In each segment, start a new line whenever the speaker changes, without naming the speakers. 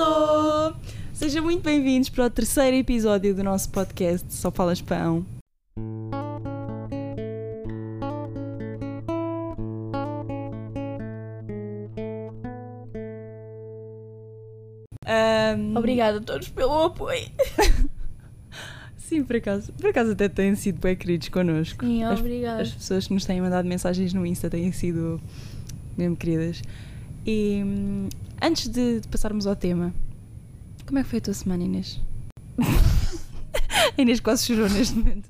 Alô! Sejam muito bem-vindos para o terceiro episódio do nosso podcast Só Falas Pão. Ahm,
Obrigada a todos pelo apoio.
Sim, por acaso, por acaso até têm sido bem queridos connosco.
Sim,
As-
obrigada.
As pessoas que nos têm mandado mensagens no Insta têm sido mesmo queridas. E hum, antes de, de passarmos ao tema, como é que foi a tua semana, Inês? a Inês quase chorou neste momento.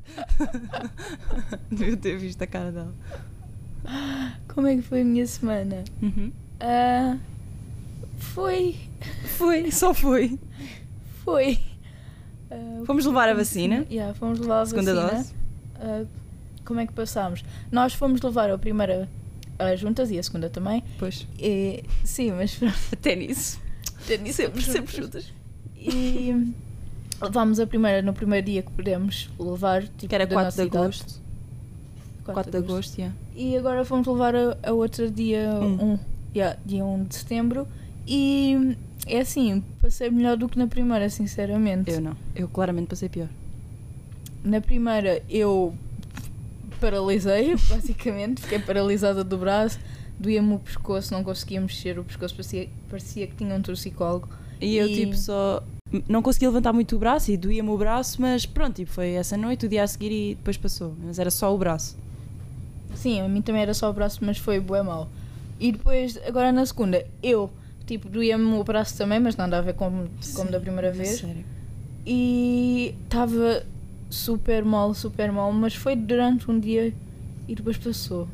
Devia ter visto a cara dela.
Como é que foi a minha semana?
Uhum.
Ah, foi.
Foi, só foi.
Foi. Ah,
Fomos levar a vacina.
Yeah, fomos levar a
Segunda
vacina.
dose.
Ah, como é que passámos? Nós fomos levar a primeira ah, juntas e a segunda também.
Pois.
E- sim, mas
Até nisso.
Tênis
Sempre, sempre juntas.
E levámos a primeira no primeiro dia que pudemos levar. Tipo,
Que era 4
da
de
nossa idade.
agosto. 4 de agosto, yeah.
E agora fomos levar a, a outra dia
Um.
1. Yeah, dia 1 de setembro. E é assim, passei melhor do que na primeira, sinceramente.
Eu não. Eu claramente passei pior.
Na primeira eu paralisei, basicamente, fiquei paralisada do braço, doía-me o pescoço, não conseguia mexer o pescoço, parecia, parecia que tinha um torcicolo.
E eu,
E-
tipo, só. Não conseguia levantar muito o braço e doía-me o braço, mas pronto, tipo, foi essa noite, o dia a seguir e depois passou. Mas era só o braço.
Sim, a mim também era só o braço, mas foi bué mal. E depois, agora na segunda, eu, tipo, doía-me o braço também, mas nada a ver com, como da primeira vez.
Sério.
e estava super mal, super mal, mas foi durante um dia e depois passou.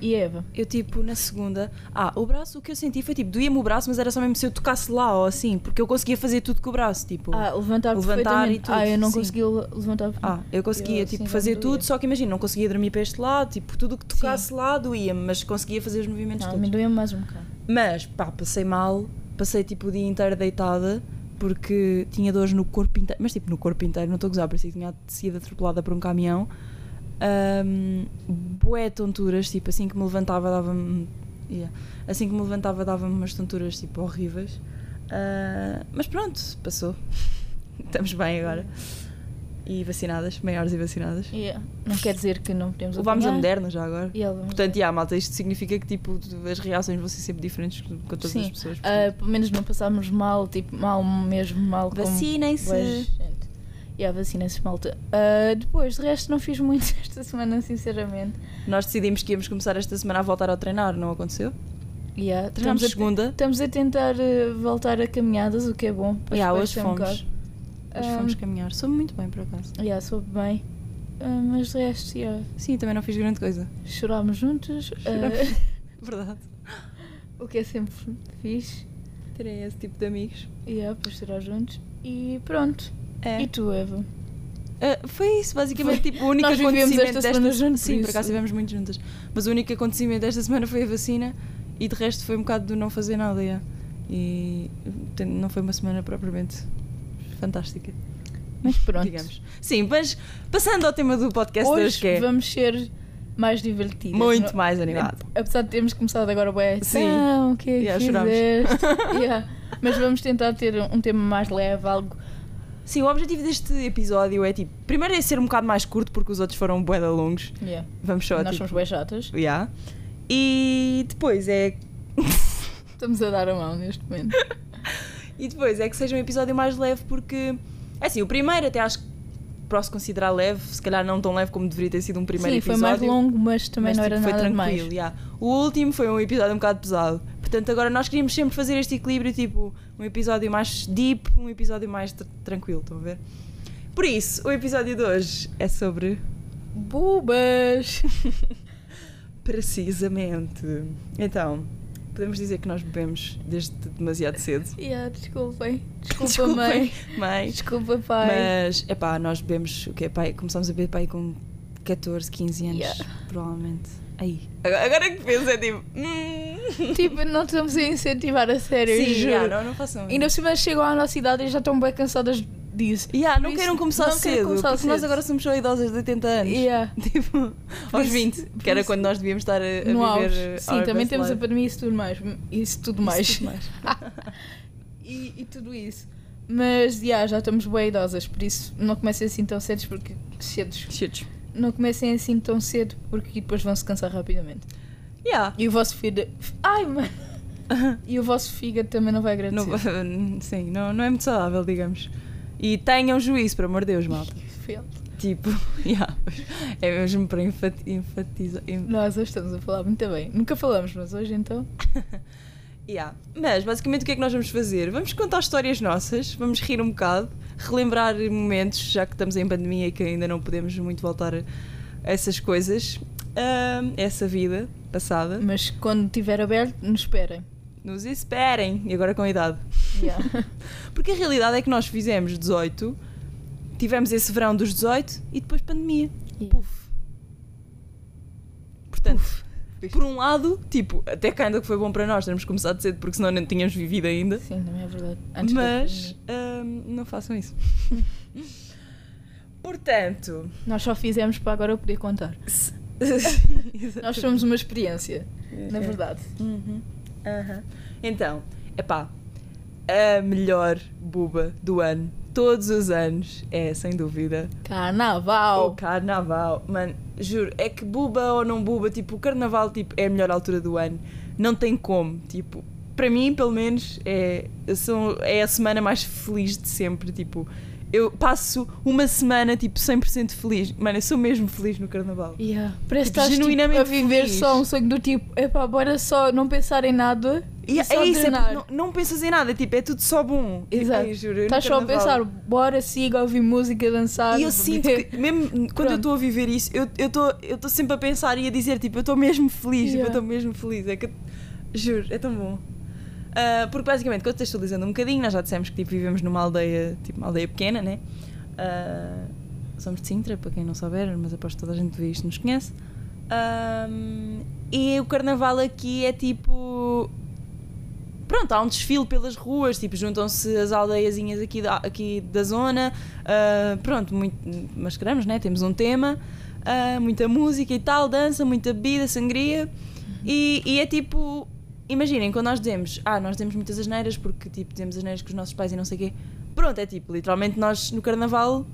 E Eva?
Eu, tipo, na segunda. Ah, o braço, o que eu senti foi tipo, doía-me o braço, mas era só mesmo se eu tocasse lá ou assim, porque eu conseguia fazer tudo com o braço, tipo.
Ah, levantar,
Levantar e
perfeitamente.
tudo,
Ah, eu não
sim.
consegui le- levantar.
Ah, eu conseguia
Eu,
tipo,
sim, já
fazer
me doía.
tudo, só que imagina, não conseguia dormir para este lado, tipo, tudo o que tocasse lá doía-me, mas conseguia fazer os movimentos
não,
todos.
me doeu mais um bocado.
Mas, pá, passei mal, passei tipo o dia inteiro deitada porque tinha dores no corpo inteiro, mas tipo no corpo inteiro, não estou a gozar, parecia que tinha sido atropelada por um caminhão. Ahm, bué tonturas, tipo assim que me levantava dava-me. yeah, Assim que me levantava dava-me umas tonturas tipo horríveis. Ah, mas pronto, passou. Estamos bem agora. E vacinadas, maiores e vacinadas.
Yeah. Não quer dizer que não podemos
Levámos a
apanhar.
moderna já agora.
Yeah, levamos
Portanto, yeah, malta, isto significa que tipo, as reações vão ser sempre diferentes com com todas as
Sim.
pessoas.
Ah,
portanto.
pelo menos não passámos mal, tipo, mal mesmo, mal como bué
Vacinem-se!
gente. Yeah, vacina-se, malta. Ah, depois, de resto, não fiz muito esta semana, sinceramente.
Nós decidimos que íamos começar esta semana a voltar ao treinar, não aconteceu?
Yeah,
Treinámos
estamos a-
a segunda.
Estamos a tentar eh, voltar a caminhadas, o que é bom. para
Yeah, hoje
espairecer um
fomos.
bocado.
Hoje
Ahm.
fomos caminhar. Soube muito bem, por acaso.
Yeah, soube bem. Ah, mas de resto, yeah,
Sim, também não fiz grande coisa.
chorámos juntos, ah,
Chorámos. Verdade.
o que é sempre fixe.
Terem esse tipo de amigos.
Yeah, para chorar juntos. E pronto.
É.
E tu, Eva?
Ah, foi isso, basicamente,
Foi.
tipo, o único
Nós vivemos
acontecimento
esta
desta
semana juntos,
Sim,
por
por acaso
isso.
estivemos muito juntas. Mas o único acontecimento desta semana foi a vacina e de resto foi um bocado do não fazer nada. yeah. E portanto, não foi uma semana propriamente fantástica,
Mas pronto.
digamos. Sim, mas passando ao tema do podcast de hoje,
Hoje
que é
vamos ser mais divertidos.
muito
não- é?
mais animado.
Apesar de termos começado agora bem.
Sim.
Não, o que é que
Yeah, chorámos.
fizeste? Yeah. Mas vamos tentar ter um tema mais leve, algo
Sim, o objetivo deste episódio é tipo, primeiro é ser um bocado mais curto porque os outros foram bué da longos.
yeah.
Vamos só
Nós
tipo,
somos bem chatas.
yeah. E depois é
Estamos a dar a mão neste momento.
E depois é que seja um episódio mais leve porque é assim, o primeiro até acho que posso considerar leve, se calhar não tão leve como deveria ter sido um primeiro
Sim, foi
episódio.
mais longo, mas também
mas,
não
tipo,
era
foi
nada demais.
tranquilo, yeah. O último foi um episódio um bocado pesado. Portanto, agora nós queríamos sempre fazer este equilíbrio, tipo, um episódio mais deep, um episódio mais tr- tranquilo, estão a ver? Por isso, o episódio de hoje é sobre
Bubas!
precisamente. Então, podemos dizer que nós bebemos desde demasiado cedo.
Yeah, desculpem. Desculpa,
Desculpem,
mãe.
mãe.
Desculpa, pai.
Mas, é pá, nós bebemos o quê? Pai, começámos a beber pai com 14, 15 anos,
Yeah.
provavelmente. Aí. Agora, agora que penso é tipo. hum.
Tipo, não estamos a incentivar a sério, eu
Sim,
juro.
yeah, não, um. não façam isso.
Ainda por cima chegam à nossa idade e já estão bem cansadas disso.
Yeah,
Por
não
isso,
queiram começar
não quero
cedo,
começar
porque nós
cedo.
agora somos só idosas de 80 anos.
Yeah.
Tipo,
Por
aos
isso-
20,
por
que era
isso-
quando nós devíamos estar a, a
No
viver.
auge.
uh,
Sim,
our
também
best
temos a
life.
pandemia e isso tudo mais. Isso tudo mais.
Isso tudo mais.
e, e tudo isso. Mas já, já estamos bem idosas, por isso não comecem assim tão cedo porque cedos.
Chitos.
Não comecem assim tão cedo porque depois vão se cansar rapidamente.
Yeah.
E o vosso fígado. Ai, mano! E o vosso fígado também não vai agradecer.
Não, sim, não, não é muito saudável, digamos. E tenham juízo, por amor de Deus, malta.
Fel.
Tipo, yeah, pois. é mesmo para enfati- enfatizar. em-
Nós hoje estamos a falar muito bem. Nunca falamos, mas hoje então.
Yeah. Mas basicamente o que é que nós vamos fazer? Vamos contar histórias nossas, vamos rir um bocado, relembrar momentos, já que estamos em pandemia e que ainda não podemos muito voltar a essas coisas, Ahm, essa vida passada.
Mas quando estiver aberto, nos esperem.
Nos esperem! E agora com a idade.
Yeah.
Porque a realidade é que nós fizemos 18, tivemos esse verão dos 18 e depois pandemia.
Yeah.
Puf. Portanto, por um lado, tipo, até que ainda que foi bom para nós termos começado cedo porque senão não tínhamos vivido ainda.
Sim, não é verdade. da
mas ahm, não façam isso. Portanto,
pandemia. nós só fizemos para agora eu poder contar.
se-
Nós somos uma experiência, na
É.
verdade.
Uhum. Aham. Então, epá, a melhor buba do ano, todos os anos, é sem dúvida
Carnaval!
O carnaval, mano, juro, é que buba ou não buba, tipo, o carnaval tipo, é a melhor altura do ano. Não tem como, tipo, para mim, pelo menos, é, são, é a semana mais feliz de sempre, tipo, eu passo uma semana, tipo, 100% feliz. Mano, eu sou mesmo feliz no carnaval.
Yeah. Parece
Tipo,
que estás tipo,
genuinamente
a viver
feliz.
só um sonho do tipo, epá, bora só não pensar em nada.
E
e só
é isso, é
drenar.
porque não, não pensas em nada, tipo, é tudo só bom. Eu-
Exato.
eu juro, eu no
Estás só a
carnaval-
pensar, bora siga, ouvir música, dançar.
E eu sinto
beber.
que, mesmo quando eu estou a viver isso, eu estou eu tô sempre a pensar e a dizer, tipo, eu estou mesmo feliz, tipo, eu
Yeah.
estou mesmo feliz. É que, eu- juro, é tão bom. Ah, porque basicamente, contextualizando um bocadinho, nós já dissemos que tipo, vivemos numa aldeia, tipo, uma aldeia pequena, né? Ah, somos de Sintra, para quem não souber, mas aposto que toda a gente que vê isto nos conhece. Ahm, e o carnaval aqui é tipo. Pronto, há um desfile pelas ruas, tipo, juntam-se as aldeiazinhas aqui da, aqui da zona, ah, pronto, muito, mascaramos, né? Temos um tema, ah, muita música e tal, dança, muita bebida, sangria, e, e é tipo, imaginem, quando nós dizemos, ah, nós dizemos muitas asneiras porque, tipo, dizemos asneiras com os nossos pais e não sei o quê, pronto, é tipo, literalmente nós no carnaval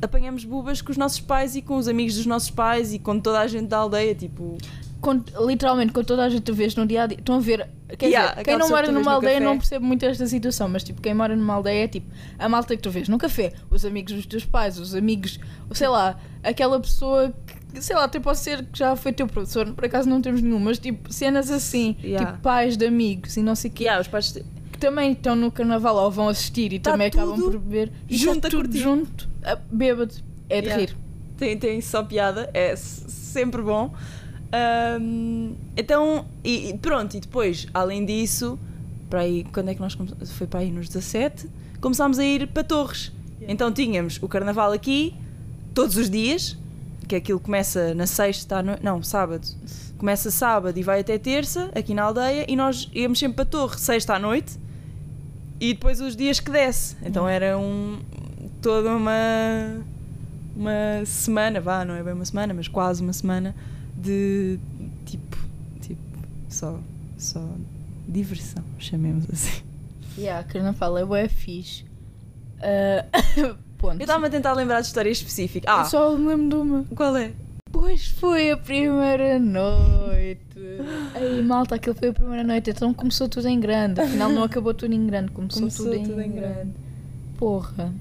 apanhamos bubas com os nossos pais e com os amigos dos nossos pais e com toda a gente da aldeia, tipo,
Com- literalmente, com toda a gente tu vês no dia a dia. Estão a ver. Quer
Yeah,
dizer,
aquela
quem não
pessoa que
mora
tu vês
numa
no
aldeia
café.
não percebe muito esta situação, mas tipo, quem mora numa aldeia é tipo a malta que tu vês no café, os amigos dos teus pais, os amigos, sei lá, aquela pessoa que, sei lá, até pode ser que já foi teu professor, por acaso não temos nenhum, mas tipo, cenas assim,
Yeah.
tipo pais de amigos e não sei o
que
quê,
yeah, os pais
que também estão no carnaval ou vão assistir e
Tá
também acabam
tudo
por beber. E tá
junto a
tudo
curtir.
junto, a- bêbado. É de
Yeah.
rir.
tem, tem só piada, é s- sempre bom. Ahm, então, e, e pronto, e depois, além disso, para aí, quando é que nós começámos? Foi para aí nos 17, começámos a ir para Torres. Então tínhamos o carnaval aqui, todos os dias, que aquilo começa na sexta, à no... não, sábado. Começa sábado e vai até terça, aqui na aldeia, e nós íamos sempre para Torre, sexta à noite, e depois os dias que desce.
Uhum.
Então era um. toda uma. uma semana, vá, não é bem uma semana, mas quase uma semana de. tipo. tipo. só. só. diversão, chamemos assim.
Yeah, carnaval é bué fixe. Ah, ponto.
Eu estava a tentar lembrar de história específica. Ah,
Eu só me lembro de uma.
qual é?
Pois foi a primeira noite. Aí, malta, aquilo foi a primeira noite. Então começou tudo em grande. Afinal, não acabou tudo em grande. Começou,
Começou
tudo,
tudo
em,
em
grande. Porra.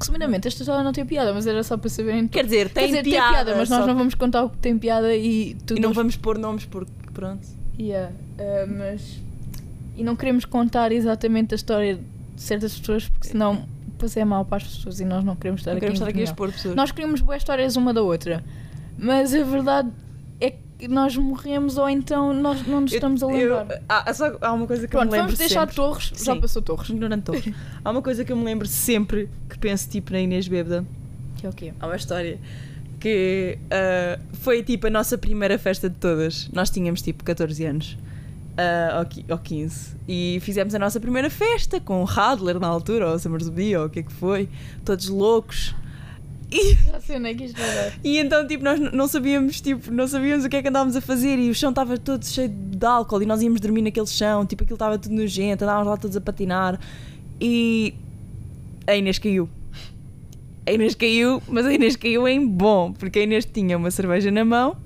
Resumidamente, esta história não tem piada, mas era só para saberem.
Quer dizer, tem
Quer dizer,
piada,
tem piada, mas nós
só
não vamos contar o que tem piada e tudo.
E não vamos pôr nomes porque, pronto.
Yeah, eh, mas. E não queremos contar exatamente a história de certas pessoas, porque senão depois é mau para as pessoas e nós não queremos estar
Não
aqui.
queremos estar aqui um a
envergonhar.
expor pessoas.
Nós queremos boas histórias uma da outra, mas a verdade é que nós morremos ou então nós não nos
Eu-
estamos a lembrar.
eu- Ah, há, há só, há uma coisa que eu
Pronto,
me lembro
vamos deixar
sempre.
Torres, já
Sim.
passou Torres.
Ignorante Torres. Há uma coisa que eu me lembro sempre que penso tipo na Inês Bêbada.
Que é o quê?
Há uma história que ah, foi tipo a nossa primeira festa de todas. Nós tínhamos tipo 14 anos. ah, ou qui- ou 15 e fizemos a nossa primeira festa com o Radler na altura, ou Summersby, ou o que é que foi, todos loucos. E
Já sei onde é que isto vai dar.
E então, tipo, nós n- não sabíamos, tipo, não sabíamos o que é que andávamos a fazer e o chão estava todo cheio de álcool e nós íamos dormir naquele chão, tipo, aquilo estava tudo nojento, andávamos lá todos a patinar E a Inês caiu. A Inês caiu, mas a Inês caiu em bom, porque a Inês tinha uma cerveja na mão.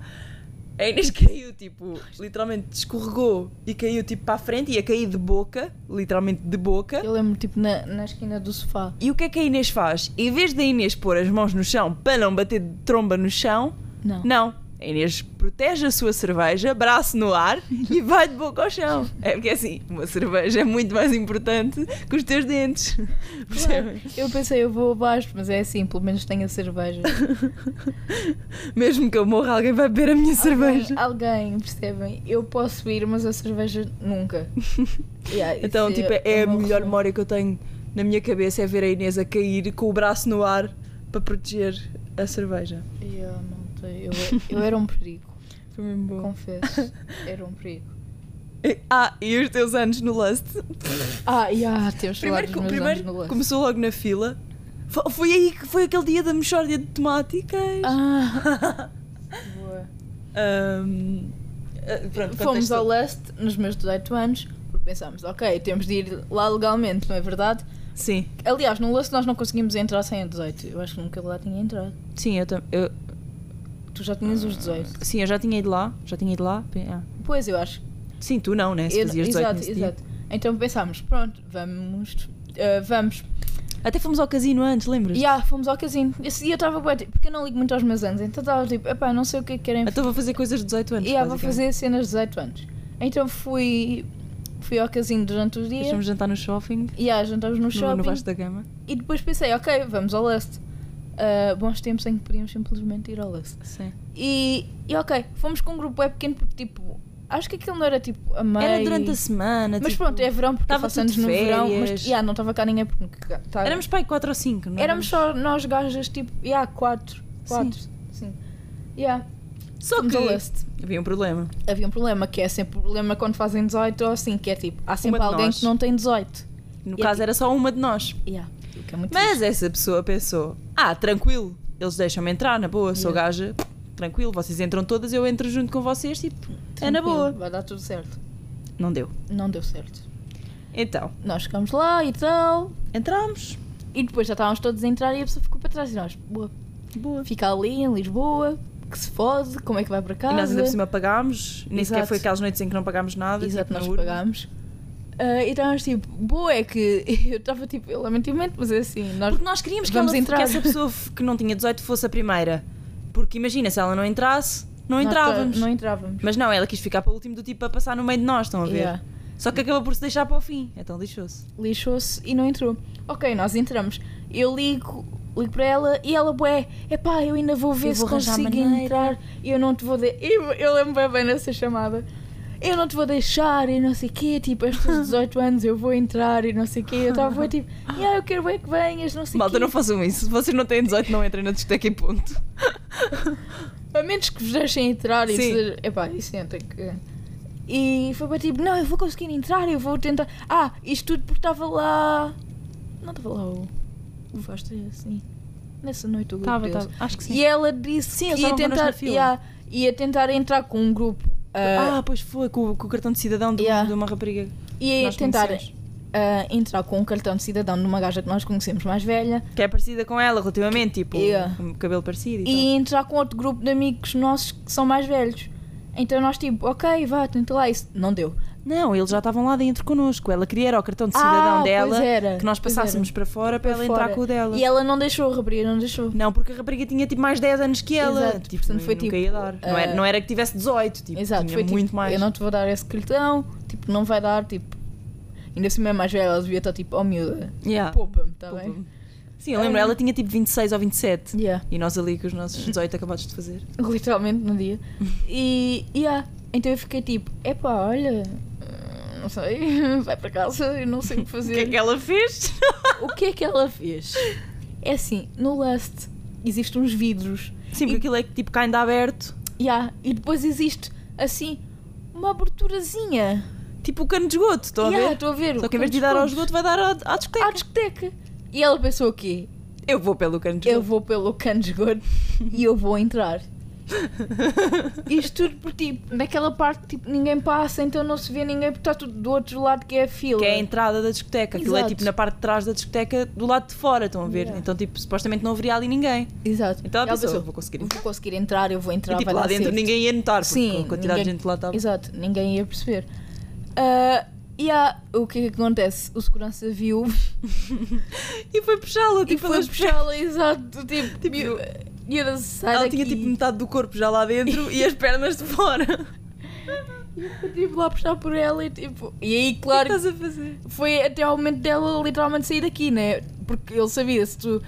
A Inês caiu, tipo, literalmente escorregou e caiu, tipo, para a frente. Ia cair de boca, literalmente de boca.
Eu lembro, tipo, na, na esquina do sofá.
E o que é que a Inês faz? Em vez da Inês pôr as mãos no chão para não bater de tromba no chão,
Não.
não. A Inês protege a sua cerveja, braço no ar e vai de boca ao chão. É porque assim, uma cerveja é muito mais importante que os teus dentes. Percebem?
é? Eu pensei, eu vou abaixo, mas é assim, pelo menos tenho a cerveja.
Mesmo que eu morra, alguém vai beber a minha cerveja.
Alguém, percebem? Eu posso ir, mas a cerveja nunca. Yeah, isso
Então, tipo, é,
o
a
meu
melhor
resumo.
memória que eu tenho na minha cabeça é ver a Inês a cair com o braço no ar para proteger a cerveja.
Yeah, não sei, eu, eu era um perigo,
Foi mesmo bom.
confesso. Era um perigo.
Ah, e os teus anos no Lust?
Ah, yeah, temos
Primeiro,
falado dos meus
primeiro
anos no lance.
começou logo na fila. Fo- Foi aí que foi aquele dia da mexórdia de temáticas.
Ah, boa.
Ahm, ah, pronto,
Fomos
contexto-
ao leste nos meus 18 anos, porque pensámos, ok, temos de ir lá legalmente, não é verdade?
Sim,
Aliás, no leste nós não conseguimos entrar sem a 18. Eu acho que nunca lá tinha entrado.
sim eu, tam- eu-
Tu já tinhas os 18.
sim, eu já tinha ido lá. Já tinha ido lá. Pe- ah.
Pois, eu acho
Sim, tu não, né? Se
Eu-
fazias 18 nesse dia.
Então pensámos, pronto, vamos. ah, vamos.
Até fomos ao casino antes, lembras?
E ah, fomos ao casino. Esse dia eu estava bué, tipo, porque eu não ligo muito aos meus anos, então estava tipo, epá, não sei o que é que querem
Então vou fazer coisas de 18 anos.
E ah, vou
basicamente.
fazer cenas de 18 anos. Então fui, fui ao casino durante o dia.
Deixamos jantar no shopping,
E ah, jantámos no
no,
shopping.
no Vasco da Gama.
E depois pensei, ok, vamos ao leste. Ah, bons tempos em que podíamos simplesmente ir ao leste.
Sim.
E, e ok, fomos com um grupo é pequeno porque tipo, acho que aquilo não era tipo a meio.
Era durante a semana.
Mas
tipo,
pronto, é verão porque eu
tava
faço
tudo
anos
de
no verão.
férias.
Mas yeah, não estava cá ninguém porque nunca tá-
Éramos pai 4 ou 5, não é?
éramos só nós gajas tipo, yeah, quatro. Quatro, sim. Yeah.
Só
Fomos
que
ao leste.
havia um problema.
Havia um problema, que é sempre o problema quando fazem 18 ou assim, que é tipo, há sempre
de
alguém
nós.
que não tem 18.
No
E
caso era só uma de nós.
Yeah. O que é muito
Mas essa pessoa pensou: ah, tranquilo, eles deixam-me entrar, na boa, sou gaja, tranquilo, vocês entram todas, eu entro junto com vocês, tipo,
triste.
é na boa.
Tranquilo, Vai dar tudo certo.
Não deu.
Não deu certo.
Então,
Nós chegámos lá e tal,
entramos,
e depois já estávamos todos a entrar e a pessoa ficou para trás e nós, boa,
boa.
fica ali em Lisboa, que se fode, como é que vai para
E
casa?
nós ainda por cima pagámos, nem sequer
Exato.
foi aquelas noites em que não pagámos nada.
Exato,
tipo, na
nós
urna.
pagámos. Ah, e estávamos tipo, boa é que eu estava tipo, eu lamento-me, mas é assim, nós
Porque nós queríamos que,
Vamos
ela-
entrar.
que essa pessoa f- que não tinha 18 fosse a primeira. Porque imagina, se ela não entrasse, não
nós tá-
entrávamos.
Não entrávamos.
Mas não, ela quis ficar para o último do tipo a passar no meio de nós, estão a ver?
Yeah.
Só que acabou por se deixar para o fim, então lixou-se.
Lixou-se e não entrou. Ok, nós entramos. Eu ligo, ligo para ela e ela, bué, epá, eu ainda vou ver
Eu
se
vou arranjar
consigo
maneira."
entrar e eu não te vou deixar. Eu, eu lembro bem bem dessa chamada. Eu não te vou deixar e não sei o quê, tipo, estes 18 anos eu vou entrar e não sei o quê. Eu estava bué, tipo, yeah, eu quero bem que venhas, não sei o quê.
Malta, não façam isso. Se vocês não têm 18, não entrem na discoteca e ponto.
A menos que vos deixem entrar e
Sim.
dizer, epá, isso não tem que. E foi para tipo, não, eu vou conseguir entrar, eu vou tentar. Ah, isto tudo porque estava lá. Não estava lá o. O Vasta assim. Nessa noite o grupo.
Tava,
deles.
tava. Acho que sim.
E é- ela disse
Sim, eles
que ia
estavam connosco na
tentar,
fila.
ia, ia tentar entrar com um grupo. ah,
Ah, pois foi, com, o- com o cartão de cidadão de, um-
Yeah.
de uma rapariga.
ia
nós
tentar
conhecemos.
ah, entrar com um cartão de cidadão numa gaja que nós conhecemos mais velha.
Que é parecida com ela, relativamente, tipo,
Yeah.
com cabelo parecido e,
e entrar com outro grupo de amigos nossos que são mais velhos. Então nós tipo, ok, vá, tenta lá isso. Não deu.
tal. Não, eles já estavam lá dentro connosco. Ela queria era o cartão de cidadão
Ah,
dela
pois era,
que nós
pois
passássemos para fora para, ela entrar
fora.
com o dela.
E ela não deixou, a rapariga não deixou.
Não, porque a rapariga tinha tipo mais 10 anos que ela.
Exato,
tipo,
portanto, foi
nunca
tipo,
ia dar. não, era,
ah,
não era que tivesse 18, tipo,
Exato,
tinha
foi
muito
tipo,
mais.
eu não te vou dar esse cartão, tipo, não vai dar, tipo. Ainda assim, é mais velha, ela devia estar tipo, oh miúda,
Yeah.
poupa-me, tá
Ah, Poupa-me.
bem?
Sim, eu lembro,
Ah.
ela tinha tipo 26 ou 27.
Yeah,
E nós ali com os nossos 18 acabados de fazer.
literalmente no dia. E, yeah, então eu fiquei tipo, epá, olha, hum, não sei, vai para casa, eu não sei o
é
que fazer.
ela fez?
O que é que ela fez? É assim, no Lust existem uns vidros
Sim, porque aquilo é que tipo cá ainda aberto.
Yeah, e depois existe assim uma aberturazinha.
Tipo o cano de esgoto, estão
Yeah, tipo,
a ver?
estou a
Só
ver.
que em
com
vez de dar ao
descontos.
esgoto, vai dar à, à discoteca.
à discoteca. E ela pensou o quê?
Eu vou pelo cano de
Eu
esgoto.
vou pelo cano de esgoto e eu vou entrar. Isto tudo por tipo, naquela parte tipo, ninguém passa, então não se vê ninguém porque está tudo do outro lado que é a fila.
Que é a entrada da discoteca. Aquilo é
Exato.
tipo na parte de trás da discoteca, do lado de fora, estão a ver?
Yeah.
Então, tipo, supostamente não haveria ali ninguém.
Exato.
Então a
E ela
pessoa,
pensou,
eu vou conseguir
"Vou
entrar.
conseguir entrar, eu vou
E
entrar.
tipo,
vai
lá
dar
dentro
certo."
ninguém ia notar, porque
Sim,
a quantidade de
ninguém-
gente lá estava.
Exato, ninguém ia perceber. Ah, e há, o que é que acontece? O segurança viu
E foi puxá-la,
e
tipo,
foi
ela-
puxá-la, exato, tipo,
Tipo,
miú- miúda, sai
ela
daqui.
tinha tipo metade do corpo já lá dentro e as pernas de fora.
Eu tive lá a puxar por ela e tipo. E aí,
Claro. O
claro,
que estás a fazer?
foi até ao momento dela literalmente sair daqui, né? Porque ele sabia, se tu.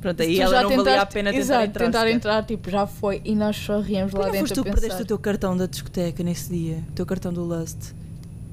Pronto,
se
aí
tu
ela
já
não valia a
tentaste-
pena tentar
exato,
entrar.
tentar
sequer.
entrar, tipo, já foi e nós só ríamos
Por
lá
que não
dentro.
foste tu
a
que
pensar.
perdeste o teu cartão da discoteca nesse dia? O teu cartão do Lust.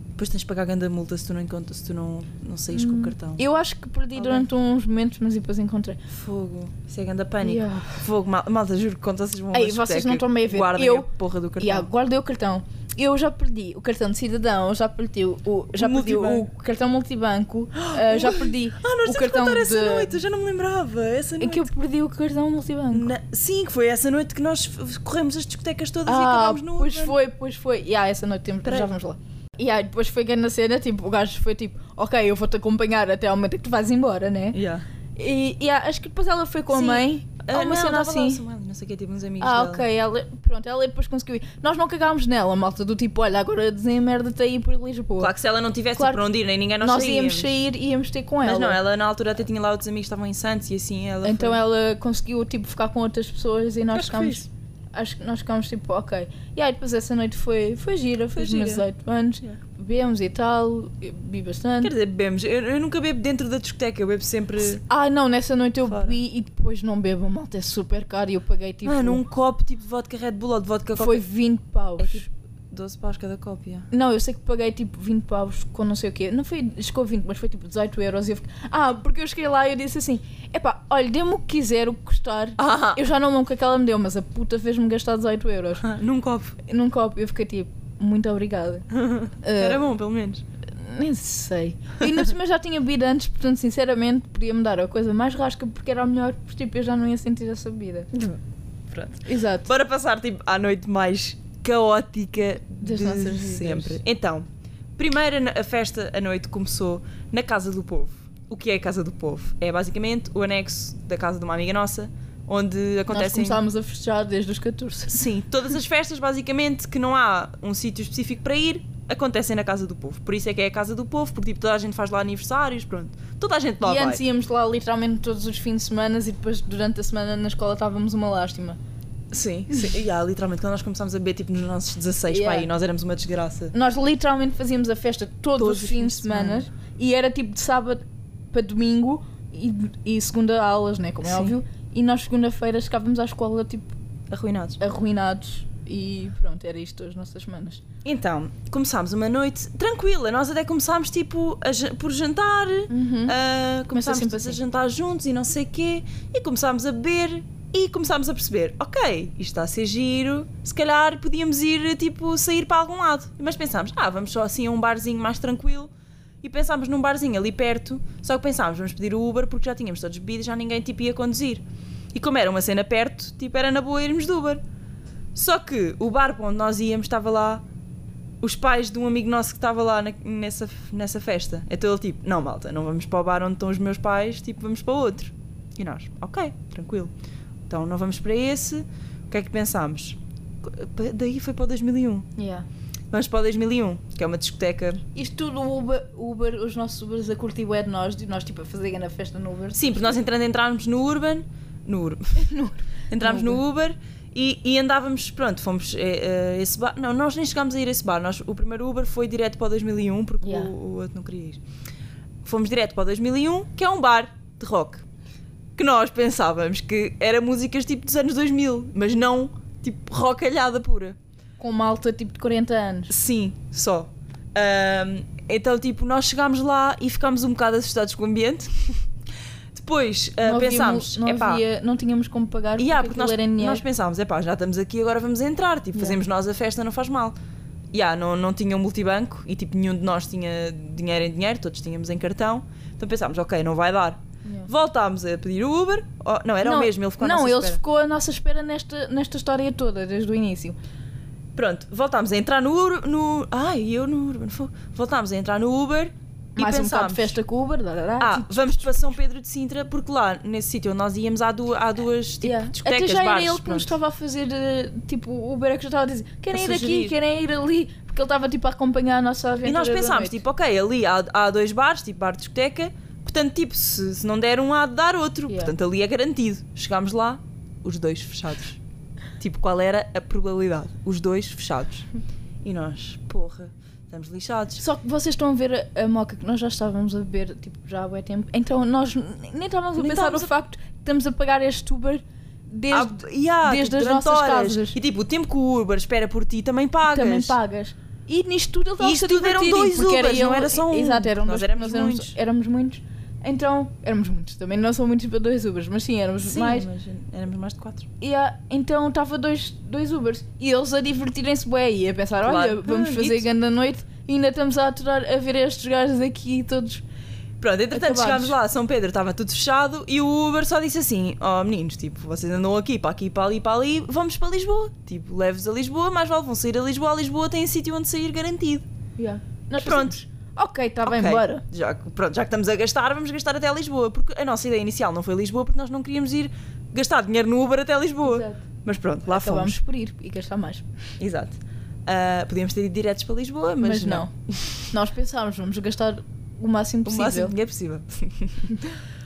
Depois tens de pagar a grande multa se tu não, encontras, se tu não, não saís com
Hum,
o cartão.
Eu acho que perdi
Alguém?
durante uns momentos, mas depois encontrei.
Fogo. Isso é grande pânico.
Yeah.
Fogo, mal- malta, juro que quando vocês vão a uma
Ei, vocês
discoteca,
não estão bem a ver.
Guardem
Eu-
a porra do cartão.
E yeah, guardei o cartão. Eu já perdi o cartão de cidadão, eu já perdi o, já perdi o
multibanco.
cartão multibanco, ah, já perdi
Ah, nós
o
temos
cartão
que contar essa
de-
noite, eu já não me lembrava. Essa
É
noite.
que eu perdi o cartão multibanco.
Na- Sim, que foi essa noite que nós f- corremos as discotecas todas e
Ah,
acabámos no
pois
Urban.
foi, pois foi. E ah, essa noite temos,
Peraí.
já vamos lá. E ah, depois foi que na cena, tipo, o gajo foi tipo, ok, eu vou-te acompanhar até ao momento em que tu vais embora, né?
Yeah.
E, e ah, acho que depois ela foi com
Sim.
a mãe,
Ah,
há uma
não,
cena
tava lá o
assim.
Samuel, não sei o que, tipo uns amigos
Ah,
dela.
ok, ela, pronto, ela depois conseguiu ir. Nós não cagámos nela, malta, do tipo, olha, agora desenmerda-te tá aí por Lisboa.
Claro que se ela não tivesse
Claro.
para onde ir, nem ninguém nós,
nós
saíamos.
íamos sair e íamos ter com
Mas
ela.
não, ela na altura até tinha lá outros amigos que estavam em Santos e assim ela
então
foi...
ela conseguiu tipo ficar com outras pessoas e nós
Acho que foi
ficámos. Acho que nós ficámos tipo, ok. E aí depois essa noite foi, foi gira,
Foi
foi gira. meus
gira.
18 anos,
Yeah.
bebemos e tal, bebi bastante.
Quer dizer, bebemos. Eu, eu nunca bebo dentro da discoteca, eu bebo sempre. é,
Ah não, nessa noite eu
Fora.
bebi e depois não bebo, malta, é super caro e eu paguei tipo.
ah, num copo tipo de vodka Red Bull ou de vodka Coca.
Foi 20 paus.
É tipo 12 paus cada cópia.
Não, eu sei que paguei tipo 20 pavos com não sei o quê. Não foi, chegou a 20, mas foi tipo 18 euros. E eu fiquei, ah, porque eu cheguei lá e eu disse assim: epá, olha, dê-me o que quiser, o que custar.
Ah,
Eu já não lembro o que é que ela me deu, mas a puta fez-me gastar 18 euros.
num copo.
Num copo, eu fiquei tipo, muito obrigada. Ah,
Era bom, pelo menos.
Nem sei. E na cima eu já tinha bebido antes, portanto, sinceramente, podia-me dar a coisa mais rasca porque era a melhor, porque tipo, eu já não ia sentir essa bebida.
Pronto.
Exato.
Para passar tipo, à noite mais caótica
Das
de
nossas vidas.
sempre. Então, primeiro na- a festa à noite começou na Casa do Povo. O que é a Casa do Povo? É basicamente o anexo da casa de uma amiga nossa, onde
Nós
acontecem.
começámos a festejar desde os 14.
Sim, todas as festas, basicamente, que não há um sítio específico para ir, acontecem na Casa do Povo. Por isso é que é a Casa do Povo, porque tipo, toda a gente faz lá aniversários, pronto. Toda a gente lá
e
vai.
antes íamos lá literalmente todos os fins de semana e depois durante a semana na escola estávamos uma lástima.
Sim, sim. E, ah, literalmente, quando nós começámos a beber, tipo, nos nossos 16 para
Yeah.
aí, nós éramos uma desgraça.
Nós literalmente fazíamos a festa todos, os fins de semana, e era tipo de sábado para domingo e, e segunda aulas, né, como é
Sim.
óbvio. E nós segunda-feira chegávamos à escola tipo
Arruinados.
arruinados e pronto, era isto as nossas semanas.
Então, começámos uma noite tranquila. Nós até começámos tipo a ja- por jantar, ah, começámos
Uhum. sempre
tipo,
assim.
a jantar juntos e não sei quê, e começámos a beber e começámos a perceber, ok, isto está a ser giro, se calhar podíamos ir tipo sair para algum lado. Mas pensámos, ah, vamos só assim a um barzinho mais tranquilo. E pensámos num barzinho ali perto, só que pensámos, vamos pedir o Uber porque já tínhamos todos bebido e já ninguém tipo ia conduzir. E como era uma cena perto, tipo era na boa irmos de Uber. Só que o bar para onde nós íamos estava lá os pais de um amigo nosso que estava lá na- nessa, nessa festa. Então ele tipo, não malta, não vamos para o bar onde estão os meus pais, tipo, vamos para outro. E nós, ok, tranquilo. Então não vamos para esse. O que é que pensámos? Co- Daí foi para o 2001. Vamos para o 2001, que é uma discoteca.
Isto tudo o Uber, Uber, os nossos Ubers a curtir o de nós, de nós tipo a fazer na festa no Uber.
Sim, porque nós entrando, entrámos no Urban. No Urban. Entrámos
No
no Uber e, e andávamos, pronto, fomos eh, eh, esse bar. Não, nós nem chegámos a ir a esse bar. Nós, o primeiro Uber foi direto para o 2001 porque
Yeah.
o, o outro não queria ir. Fomos direto para o 2001, que é um bar de rock. Que nós pensávamos que era músicas tipo dos anos 2000, mas não tipo rockalhada pura.
Com malta tipo de 40 anos.
Sim, só. Ahm, então, tipo, nós chegámos lá e ficámos um bocado assustados com o ambiente. Depois ah,
não, havia
pensámos,
mu- não,
"Epá,
havia- não tínhamos como pagar
e há,
porque
porque
aquilo
nós,
era em dinheiro.
nós pensámos, é pá, já estamos aqui, agora vamos entrar, tipo,
Yeah.
fazemos nós a festa, não faz mal. E há, não, não tinha um multibanco e tipo, nenhum de nós tinha dinheiro em dinheiro, todos tínhamos em cartão, então pensámos, ok, não vai dar.
Yeah.
Voltámos a pedir o Uber. Oh, não, era
não,
o mesmo, ele ficou à
Não,
nossa
ele
espera.
ficou à nossa espera nesta, nesta história toda, desde o início.
Pronto, voltámos a entrar no Uber. No... Ai, eu no Uber. fogo. Voltámos a entrar no Uber
Mais
e
um bocado
pensámos.
de festa com o Uber. dá, tipo, dá, dá.
ah, vamos para São Pedro de Sintra, porque lá, nesse sítio onde nós íamos, há, du há duas tipo,
Yeah.
discotecas,
Até já era
bares,
ele que
pronto.
nos estava a fazer, eh, tipo, o Uber é que já estava a dizer: querem
A
ir aqui,
sugerir.
querem ir ali, porque ele estava tipo a acompanhar a nossa aventura.
E nós
da
pensámos,
noite.
tipo, ok, ali há, há dois bares, tipo bar de discoteca, portanto, tipo, se, se não der um, há de dar outro.
Yeah.
Portanto, ali é garantido. Chegámos lá, os dois fechados. Tipo, qual era a probabilidade? Os dois fechados. E nós, porra, estamos lixados.
Só que vocês estão a ver a, a moca que nós já estávamos a beber, tipo, já há bué tempo. Então nós n- nem estávamos a
Nem
pensar no
estávamos a- Ah,
facto que estamos a pagar este Uber desde.
Há- e há,
desde as
durante
nossas
horas.
casas.
E tipo, o tempo que o Uber espera por ti também pagas.
Também pagas. E nisto tudo ele estava
E isto tudo eram
tipo,
dois Ubers, não era só um,
Exato, eram
porque nós
dois,
éramos
nós éramos,
muitos.
éramos muitos. Então, éramos muitos também, não são muitos para dois Ubers, mas sim, éramos
Sim,
mais.
mas éramos mais de quatro.
E, ah, então estava dois, dois Ubers e eles a divertirem-se bem e a pensar:
Claro.
olha, vamos
Ah,
fazer
isso.
grande noite e ainda estamos a aturar a ver estes gajos aqui todos.
Pronto, entretanto
Acabados.
chegámos lá, São Pedro estava tudo fechado e o Uber só disse assim: Oh meninos, tipo, vocês andam aqui, para aqui, para ali, para ali, vamos para Lisboa. Tipo, leves a Lisboa, mais vale vão sair a Lisboa, a Lisboa tem sítio onde sair garantido.
Yeah. Nós
Pronto.
pensamos, Ok, está bem,
Ok,
bora.
Já, que- pronto, já que estamos a gastar, vamos gastar até Lisboa, porque a nossa ideia inicial não foi Lisboa, porque nós não queríamos ir gastar dinheiro no Uber até Lisboa.
Exato.
Mas pronto, lá fomos.
Acabámos Então por ir e gastar mais.
Exato. Ah, podíamos ter ido diretos para Lisboa, mas,
Mas, não. Nós pensámos, vamos gastar o máximo
O
possível.
máximo de dinheiro possível.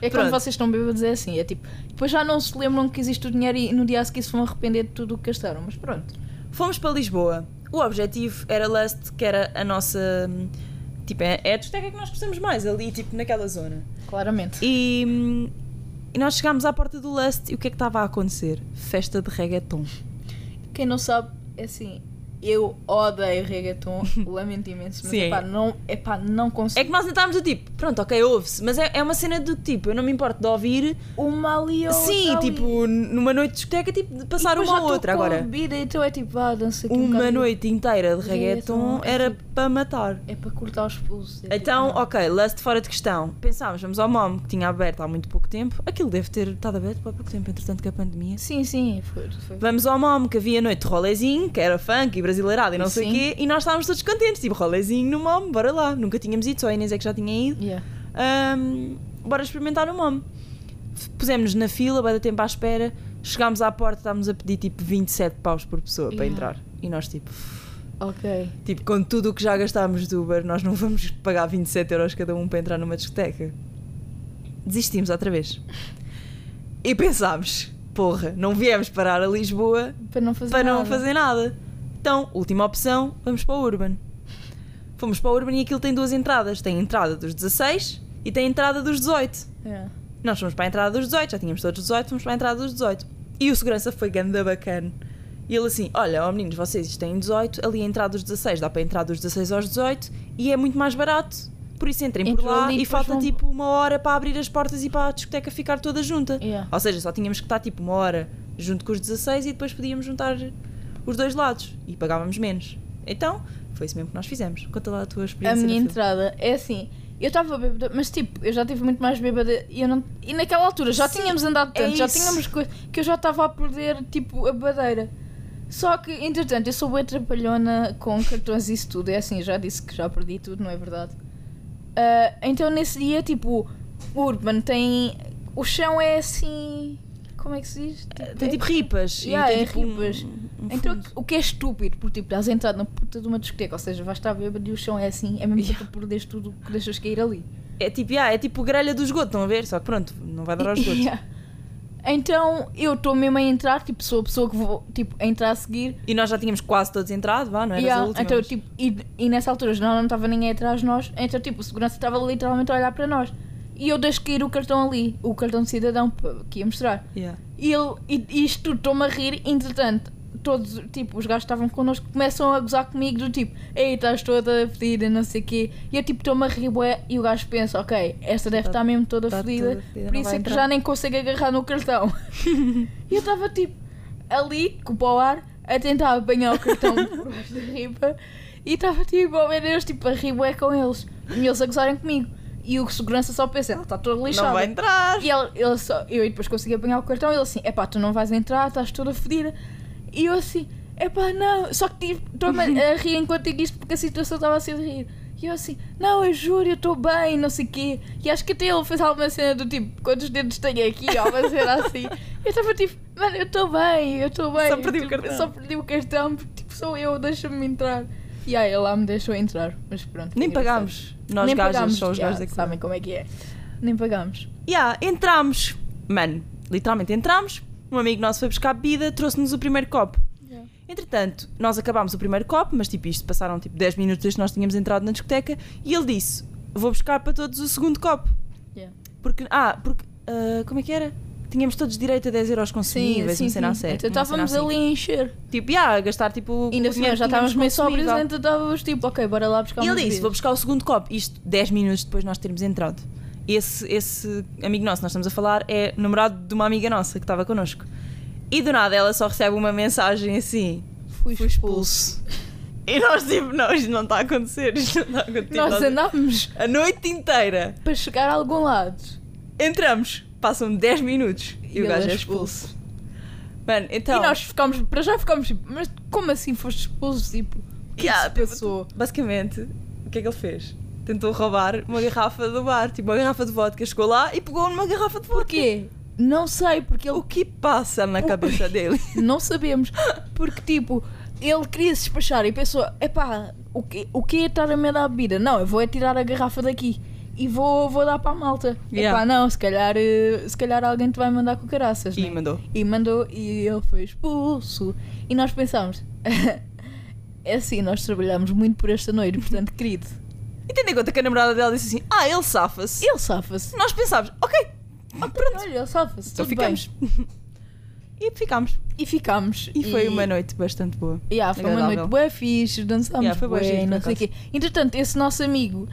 É quando
Pronto.
vocês estão bêbados, é assim. É tipo, depois já não se lembram que existe o dinheiro e no dia a seguir se vão arrepender de tudo o que gastaram. Mas pronto.
Fomos para Lisboa. O objetivo era Lust, que era a nossa. hum, Tipo, é é a discoteca que nós gostamos mais ali, tipo, naquela zona.
Claramente.
E, hum, e nós chegámos à porta do Lust e o que é que estava a acontecer? Festa de reggaeton.
Quem não sabe, é assim. Eu odeio reggaeton, lamento imenso, mas
Sim.
epá, não, epá, não
É
consigo.
que nós ainda estávamos do tipo, pronto, ok, ouve-se, mas é, é uma cena do tipo, eu não me importo de ouvir.
uma ali ou
Sim,
outra ali.
tipo, n- numa noite de discoteca, tipo, de
E
passar
depois
uma
já
ou
tô
outra.
com a
Agora,
bebida, então é tipo, ah, dança aqui um
uma
bocado.
noite inteira de
Reggaeton,
reggaeton
é
era
tipo-
para matar.
É para cortar os pulsos. é tipo,
Então,
não.
ok, Lust fora de questão. Pensámos, vamos ao MOM, que tinha aberto há muito pouco tempo. Aquilo deve ter estado aberto há pouco tempo, entretanto, que a pandemia.
Sim, sim, foi. foi.
Vamos ao MOM, que havia noite de rolezinho, que era funk e brasileirado e não sei o
Sim.
quê, e nós estávamos todos contentes. Tipo, rolezinho no MOM, bora lá. Nunca tínhamos ido, só a Inês é que já tinha ido.
Yeah.
Ahm, bora experimentar o MOM. Pusemos-nos na fila, bada tempo à espera. Chegámos à porta, estávamos a pedir tipo 27 paus por pessoa para
Yeah.
entrar. E nós, tipo,
Ok.
Tipo, com tudo o que já gastámos do Uber, nós não vamos pagar 27 euros cada um para entrar numa discoteca. Desistimos outra vez. E pensámos, porra, não viemos parar a Lisboa
Para não fazer
para não
nada.
fazer nada. Então, última opção, vamos para o Urban. Fomos para o Urban e aquilo tem duas entradas. Tem a entrada dos 16 e tem a entrada dos 18.
Yeah.
Nós fomos para a entrada dos 18, já tínhamos todos 18, fomos para a entrada dos 18. E o segurança foi ganda bacana. E ele assim: Olha, ó meninos, vocês têm 18, ali a entrada dos 16, dá para entrar dos 16 aos 18 e é muito mais barato. Por isso entrem por
Entram
lá
ali
e
e depois
falta
vão-
tipo uma hora para abrir as portas e para a discoteca ficar toda junta.
Yeah.
Ou seja, só tínhamos que estar tipo uma hora junto com os 16 e depois podíamos juntar os dois lados e pagávamos menos. Então, foi isso mesmo que nós fizemos. Conta lá a tua
A
experiência.
minha
da fila.
entrada é assim. Eu estava bêbada, mas tipo, eu já estive muito mais bêbada e, eu não... e naquela altura já
Sim,
tínhamos andado
é
tanto, já
isso.
tínhamos coisa que eu já estava a perder tipo a badeira. Só que, entretanto, eu sou bem trapalhona com cartões e isso tudo. É assim, já disse que já perdi tudo, não é verdade? Ah, então nesse dia, tipo, o Urban tem. O chão é assim. Como é que se diz?
Tem
é-
tipo ripas. e
Yeah,
tem,
é
tipo, um-
ripas.
um
Então,
fundo.
o que é estúpido, porque tipo, estás a entrar na puta de uma discoteca, ou seja, vais estar bêbado e o chão é assim, é mesmo que tu perdes tudo o que deixas cair ali.
É tipo, ah, é tipo grelha do esgoto, estão a ver? Só que pronto, não vai dar ao esgoto.
Yeah. Então, eu estou mesmo a entrar, tipo, sou a pessoa que vou tipo, a entrar a seguir.
E nós já tínhamos quase todos entrado, vá, não era
Yeah,
a última.
então,
mas-
tipo, e, e nessa altura já não estava ninguém atrás de nós, então tipo, o segurança estava literalmente a olhar para nós. E eu deixo cair o cartão ali, o cartão de cidadão p- que ia mostrar.
Yeah.
E, ele, e, e isto tudo, estou-me a rir, entretanto, todos, tipo, os gajos que estavam connosco começam a gozar comigo do tipo, ei, estás toda fedida, não sei o quê. E eu tipo, estou-me a rir, bué, e o gajo pensa, ok, esta deve
Tá-
estar mesmo toda
tá
fedida,
toda fedida,
por
não
isso
vai
é que
entrar."
já nem consigo agarrar no cartão. e eu estava tipo, ali, com o pau ao ar, a tentar apanhar o cartão por baixo "Oh, da riba, e estava tipo, ao menos, tipo, a rir bué com eles, e eles a gozarem comigo. E o segurança só pensa, ela está toda lixada.
Não vai entrar.
E ele, ele só, eu depois consegui apanhar o cartão e ele assim, epá, tu não vais entrar, estás toda fedida. E eu assim, epá, não, só que tive- estou-me a rir enquanto digo isto porque a situação estava assim a rir. E eu assim, não, eu juro, eu estou bem, não sei o quê. E acho que até ele fez alguma cena do tipo, quantos dedos tenho aqui, ou uma cena assim. Eu estava tipo, mano, eu estou bem, eu estou bem.
Só perdi o
Tipo,
cartão.
Só perdi o cartão, porque tipo, sou eu, deixa-me entrar. E aí, ele lá me deixou entrar, mas pronto. foi
Nem
engraçado.
pagámos. Nós
Nem
gajas,
pagámos,
só os
yeah,
gajos é que
sabem como é que é. Nem pagámos.
Yeah, entramos. Mano, literalmente entramos. Um amigo nosso foi buscar bebida, trouxe-nos o primeiro copo.
Yeah.
Entretanto, nós acabámos o primeiro copo, mas tipo isto, passaram tipo 10 minutos desde que nós tínhamos entrado na discoteca e ele disse: Vou buscar para todos o segundo copo.
Yeah.
Porque, ah, porque, ah, como é que era? Tínhamos todos direito a 10 euros consumíveis, uma cena a sério.
Então
uma cena
estávamos
assim.
ali a encher.
Tipo, yeah, a gastar tipo.
E ainda
o
assim,
dinheiro
já
que
estávamos
tínhamos
meio sóbrios,
consumível.
então estávamos tipo, ok, bora lá buscar
E
umas
ele disse: Vou
bebidas.
buscar o segundo copo. Isto 10 minutos depois de nós termos entrado. Esse, esse amigo nosso, nós estamos a falar, é namorado de uma amiga nossa que estava connosco. E do nada ela só recebe uma mensagem assim:
Fui
Fui expulso. E nós tipo: Não, isto não está a acontecer. Isto não está a acontecer.
Nós
Nós-
andávamos
A noite inteira
para chegar a algum lado.
entramos, passam 10 minutos e,
E
o gajo
ele
é
é
expulso. Mano, então.
e nós ficámos, para já ficámos tipo, mas como assim foste expulso? Tipo, o que
Yeah,
é que se passou?
Basicamente, o que é que ele fez? Tentou roubar uma garrafa do bar, tipo uma garrafa de vodka. Chegou lá e pegou numa garrafa de vodka.
Porquê? Não sei, porque ele
O que passa na cabeça dele?
Não sabemos. Porque, tipo, ele queria se despachar e pensou: epá, o que, o que é estar a me dar bebida? Não, eu vou é tirar a garrafa daqui e vou, vou dar para a malta.
Yeah.
Epá, não, se calhar, eh, se calhar alguém te vai mandar com caraças.
E
né?
mandou.
E mandou e ele foi expulso. E nós pensámos: é assim, nós trabalhamos muito por esta noite, portanto, querido,
E tendo em conta que a namorada dela disse assim: Ah, ele safa-se.
ele safa-se.
Nós pensámos: Ok, Ah, pronto,
Olha, ele safa-se.
então
tudo
ficamos.
bem.
e ficámos.
E ficámos.
E foi uma noite bastante boa.
Yeah, foi uma
Agradável.
noite bué fixe, dançámos
Yeah, foi bué
bué,
giro, por
não sei o
acaso.
quê. Entretanto, esse nosso amigo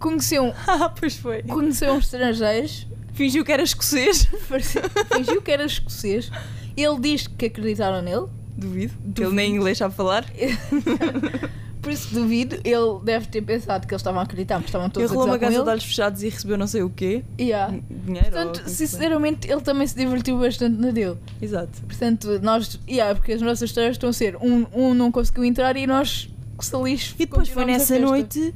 conheceu,
ah, pois foi.
conheceu uns estrangeiros,
Fingiu que era escocês.
parecia- fingiu que era escocês, ele diz que acreditaram nele,
Duvido. que Ele nem inglês sabe falar.
por isso duvido, ele deve ter pensado que eles estavam a acreditar, porque estavam
Ele
todos a
rolou uma
gozar com
casa de
ele.
olhos fechados e recebeu não sei o quê.
Yeah.
Dinheiro. ou o que é
Portanto,
que foi.
sinceramente, ele também se divertiu bastante na dele.
Exato.
Portanto, nós, yeah, porque as nossas histórias estão a ser, um, um não conseguiu entrar e nós, que se lixo,
E depois foi
continuamos
nessa
a festa.
noite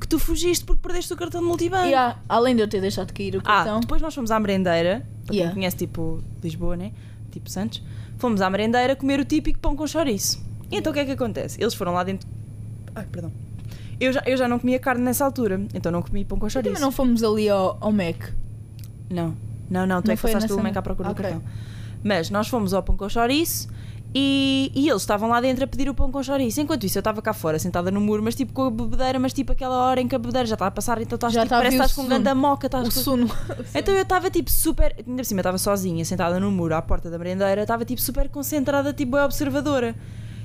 que tu fugiste porque perdeste o cartão de multibanco.
Yeah, além de eu ter deixado cair o
Ah,
cartão.
depois nós fomos à merendeira, para
Yeah.
quem conhece tipo Lisboa, né? Tipo Santos. Fomos à merendeira comer o típico pão com chouriço. E então o que é que acontece? Eles foram lá dentro. Ai, perdão. Eu já, eu já não comia carne nessa altura, então não comi pão com
Também
chouriço.
não fomos ali ao, ao Mac.
Não, não, não, tu
Não
é que
foi
passaste
nessa
pelo Mac
noite?
à procura
Ok.
do cartão. Mas nós fomos ao pão com chouriço e, e eles estavam lá dentro a pedir o pão com chouriço. Enquanto isso, eu estava cá fora, sentada no muro, mas tipo com a bebedeira, mas tipo aquela hora em que a bebedeira já está a passar, então estás
Já
tipo,
está a
parece que
vir o
estás com
sono.
ganda moca, estás
O
com-
sono.
Então eu estava tipo super. Ainda por cima, eu estava sozinha, sentada no muro, à porta da merendeira, estava tipo super concentrada, tipo bué observadora.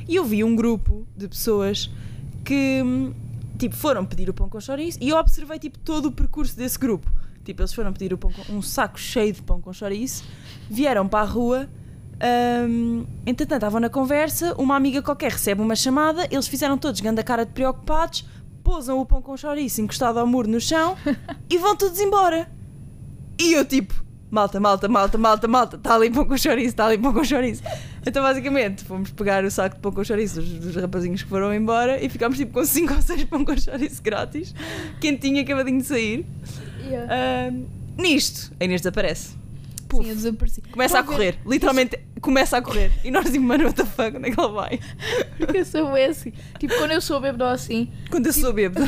E eu vi um grupo de pessoas que, hum, tipo, foram pedir o pão com chouriço e eu observei, tipo, todo o percurso desse grupo. Tipo, eles foram pedir o pão com- um saco cheio de pão com chouriço, vieram para a rua. hum, entretanto, estavam na conversa. Uma amiga qualquer recebe uma chamada. Eles fizeram todos grande cara de preocupados, pousam o pão com chouriço encostado ao muro no chão e vão todos embora. E eu tipo, malta, malta, malta, malta, malta, está ali pão com chouriço, está ali pão com chouriço. Então basicamente fomos pegar o saco de pão com chouriço dos, dos rapazinhos que foram embora e ficámos tipo com 5 ou 6 pão com chouriço grátis, quentinho, acabadinho de sair.
Yeah.
Ahm, nisto, a Inês desaparece.
Sim, eu
eh, Puf,
desapareci.
começa a
Estão
correr,
ver?
literalmente começa a correr. E nós tipo, mano, what the fuck, onde é que ela vai?
Porque eu sou assim. Tipo, quando eu sou bêbado assim.
Quando eu sou bêbada.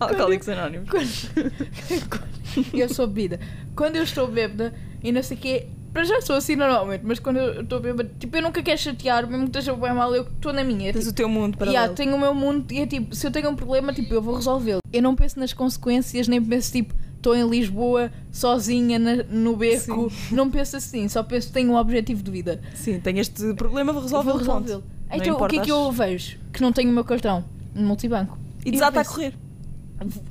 Alcoólicos Anónimos.
quando- eu sou bebida. Quando eu estou bêbada e não sei o quê. Para já sou assim normalmente, mas quando eu estou bêbada. Tipo, eu nunca quero chatear, mesmo que esteja bem mal, eu estou na minha.
Tens
tipo,
o teu mundo para
yeah, tenho o meu mundo e é tipo, se eu tenho um problema, tipo, eu vou resolvê-lo. Eu não penso nas consequências, nem penso tipo, estou em Lisboa, sozinha, na- no beco. Não penso assim, só penso tenho um objetivo de vida.
Sim, tenho este problema, vou
Eu
resolver
vou resolvê-lo. Então, o que é que eu vejo? Que não tenho o meu cartão no multibanco.
E
Eu
desata a
penso,
correr.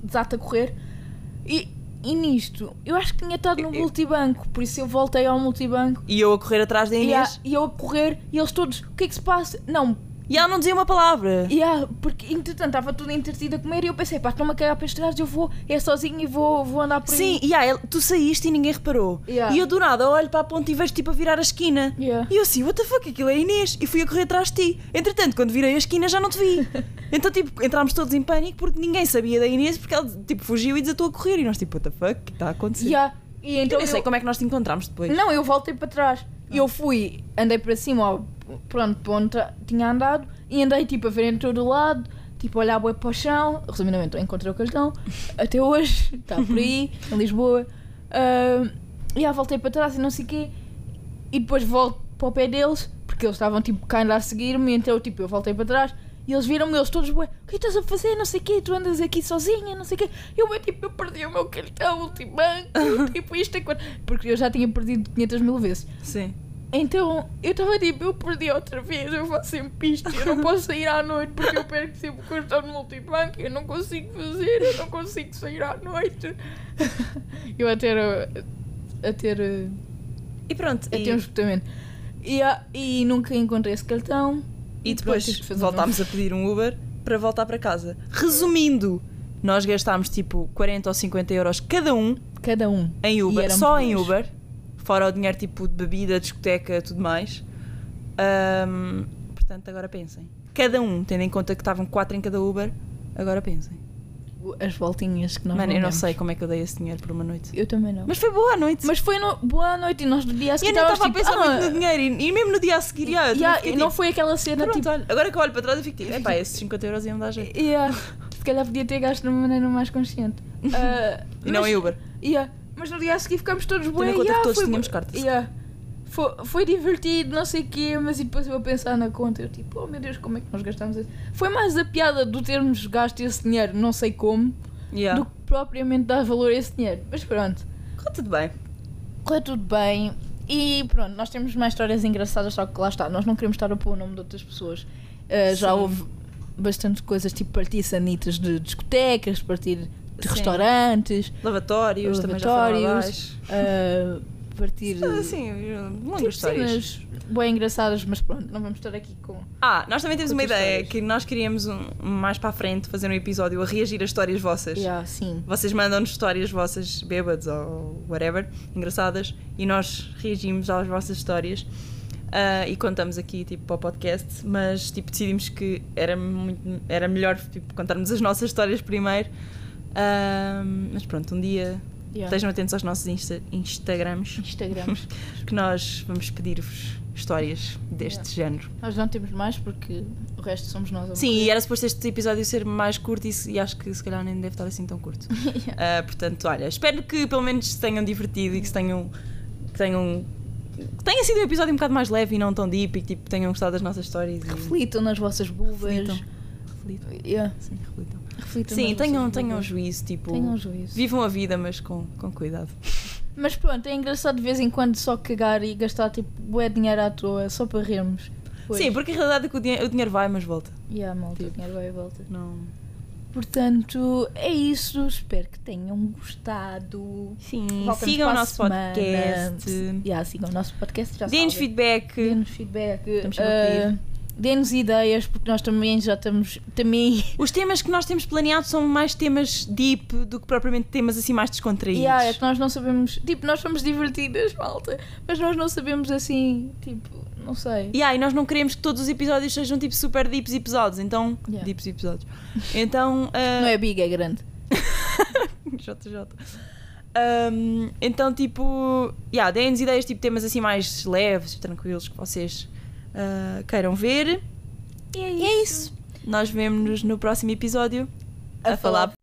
Desata a correr. E, e nisto, eu acho que tinha estado no
Eu-
multibanco, por isso eu voltei ao multibanco
E eu a correr atrás da
e, a,
Inês.
e eu a correr e eles todos, o que é que se passa? Não,
E ela não dizia uma palavra.
Yeah, porque entretanto estava toda entretida a comer e eu pensei, pá, estou-me a cagar para estes gajos, eu vou, é sozinho e vou, vou andar por
Sim,
aí.
e yeah, ele- tu saíste e ninguém reparou.
Yeah.
E eu do nada olho para a ponte e vejo tipo a virar a esquina.
Yeah.
E eu assim, what the fuck, aquilo é a Inês. E fui a correr atrás de ti. Entretanto, quando virei a esquina já não te vi. então, tipo, entrámos todos em pânico porque ninguém sabia da Inês porque ela tipo fugiu e desatou a correr. E nós, tipo, what the fuck, o que está a acontecer?
Yeah. E
Então,
então
eu nem sei
eu-
como é que Ah. nós te encontramos depois.
Não, eu voltei para trás. Eu fui, andei para cima, ao, pronto, para onde tra- tinha andado, e andei tipo a ver em todo lado, tipo a olhar bué para o chão. Resumidamente, eu encontrei o cartão, até hoje, está por aí, em Lisboa. Ah, e aí voltei para trás e não sei o quê, e depois volto para o pé deles, porque eles estavam tipo cá a seguir-me, então tipo eu voltei para trás. E eles viram-me, eles todos, bué, o que estás a fazer? Não sei o quê, tu andas aqui sozinha, não sei o quê. Eu, bué, tipo, eu perdi o meu cartão, ultibanco, tipo, isto é quando... Porque eu já tinha perdido 500 mil vezes.
Sim.
Então, eu estava tipo, eu perdi outra vez, eu faço sempre isto, eu não posso sair à noite porque eu perco sempre o cartão no multibanco, eu não consigo fazer, eu não consigo sair à noite. Eu a ter... A ter... eh,
E pronto.
a
e-
ter um esgotamento. E, ah, e nunca encontrei esse cartão.
E
tive que
depois
fazer um novo.
voltámos a pedir um Uber para voltar para casa. Resumindo, nós gastámos tipo 40 ou 50 euros cada um
Cada um.
em
E
Uber,
éramos
só em
dois.
Uber, fora o dinheiro tipo de bebida, discoteca, tudo mais. Ahm, portanto, agora pensem. Cada um, tendo em conta que estavam 4 em cada Uber, agora pensem.
As voltinhas que nós
Mano, eu não
demos.
sei como é que eu dei esse dinheiro por uma noite.
Eu também não.
Mas
Mas,
foi boa a noite.
foi no- boa noite e nós no dia a
E
seguir
eu nem estava a
tipo,
pensar
ah,
muito no dinheiro e, e mesmo no dia a seguir, já, eu também
yeah,
fiquei,
e não
tipo,
foi aquela cena
pronto,
tipo.
olha, agora que eu olho para trás eu fico tipo, epá, esses 50 euros iam dar jeito.
Yeah, se calhar podia ter gasto de uma maneira mais consciente. Ah,
E não
mas-
em Uber.
Yeah, mas no dia a seguir ficámos todos
em
bem.
conta que
yeah,
todos
foi,
tínhamos cartas.
yeah. foi, foi divertido, não sei o quê, mas e depois eu a pensar na conta, eu tipo, oh meu Deus, como é que nós gastámos isso? Foi mais a piada do termos gasto esse dinheiro, não sei como,
Yeah.
do que propriamente dar valor a esse dinheiro. Mas pronto,
Correu tudo bem.
correu tudo bem. E pronto, nós temos mais histórias engraçadas, só que lá está, nós não queremos estar a pôr o nome de outras pessoas. Uh, já
Sim.
houve bastante coisas, tipo partir sanitas de discotecas, partir de
Sim.
restauraentes,
Lavatórios, também já foram lá
lavatórios,
abaixo.
uh, partir
Ah, sim, longas
tipo,
histórias.
cenas bem engraçadas, mas pronto, não vamos estar aqui com.
Ah, nós também temos uma
Conta
ideia
histórias.
que nós queríamos um- mais para a frente fazer um episódio a reagir a histórias vossas.
Yeah, sim.
Vocês mandam-nos histórias vossas bêbadas ou whatever, engraçadas, e nós reagimos às vossas histórias ah, e contamos aqui tipo para o podcast, mas tipo decidimos que era, muito, era melhor tipo, contarmos as nossas histórias primeiro. Ah, mas pronto, um dia
Yeah.
estejam atentos aos nossos Insta- Instagrams
Instagrams.
que nós vamos pedir-vos histórias deste género.
Nós não temos mais porque o resto somos nós. a
Sim, e era suposto este episódio ser mais curto e, se- e acho que se calhar nem deve estar assim tão curto. Ah, portanto, olha, espero que pelo menos se tenham divertido e que se tenham. que tenham. que tenha sido um episódio um bocado mais leve e não tão deep e que tipo, tenham gostado das nossas histórias. e-
Reflitam nas vossas bubas.
Reflitam. Reflitam.
Yeah.
Sim, reflitam.
Reflitam
Sim,
nas
tenham,
vossas
tenham
bubas.
juízo, tipo.
Tenham juízo.
Vivam a vida, mas com, com cuidado.
Mas pronto, é engraçado de vez em quando só cagar e gastar tipo bué dinheiro à toa só para rirmos. Pois.
Sim, porque a realidade é que o dinhe- o dinheiro vai, mas volta.
Yeah, malta, o dinheiro vai e volta.
Não.
Portanto, é isso. Espero que tenham gostado.
Sim,
Voltamos
sigam o
para a
nosso
semana.
podcast.
Yeah, sigam o nosso podcast. já
Deem-nos
sabem.
feedback.
Dê-nos feedback.
Estamos sempre a
ah, Dê-nos ideias, porque nós também já estamos. Também.
Os temas que nós temos planeado são mais temas deep do que propriamente temas assim mais descontraídos.
Yeah, é que nós não sabemos. Tipo, nós somos divertidas, malta. Mas nós não sabemos assim. Tipo, não sei.
Yeah, e nós não queremos que todos os episódios sejam tipo super deeps e pesados, então.
Yeah.
Deeps e pesados. Então.
Não
ah,
é big, é grande.
JJ. Ahm, então, tipo. Yeah, Deem-nos ideias, tipo temas assim mais leves, tranquilos que vocês ah, queiram ver.
E é
E é isso. Nós vemos-nos no próximo episódio.
A falar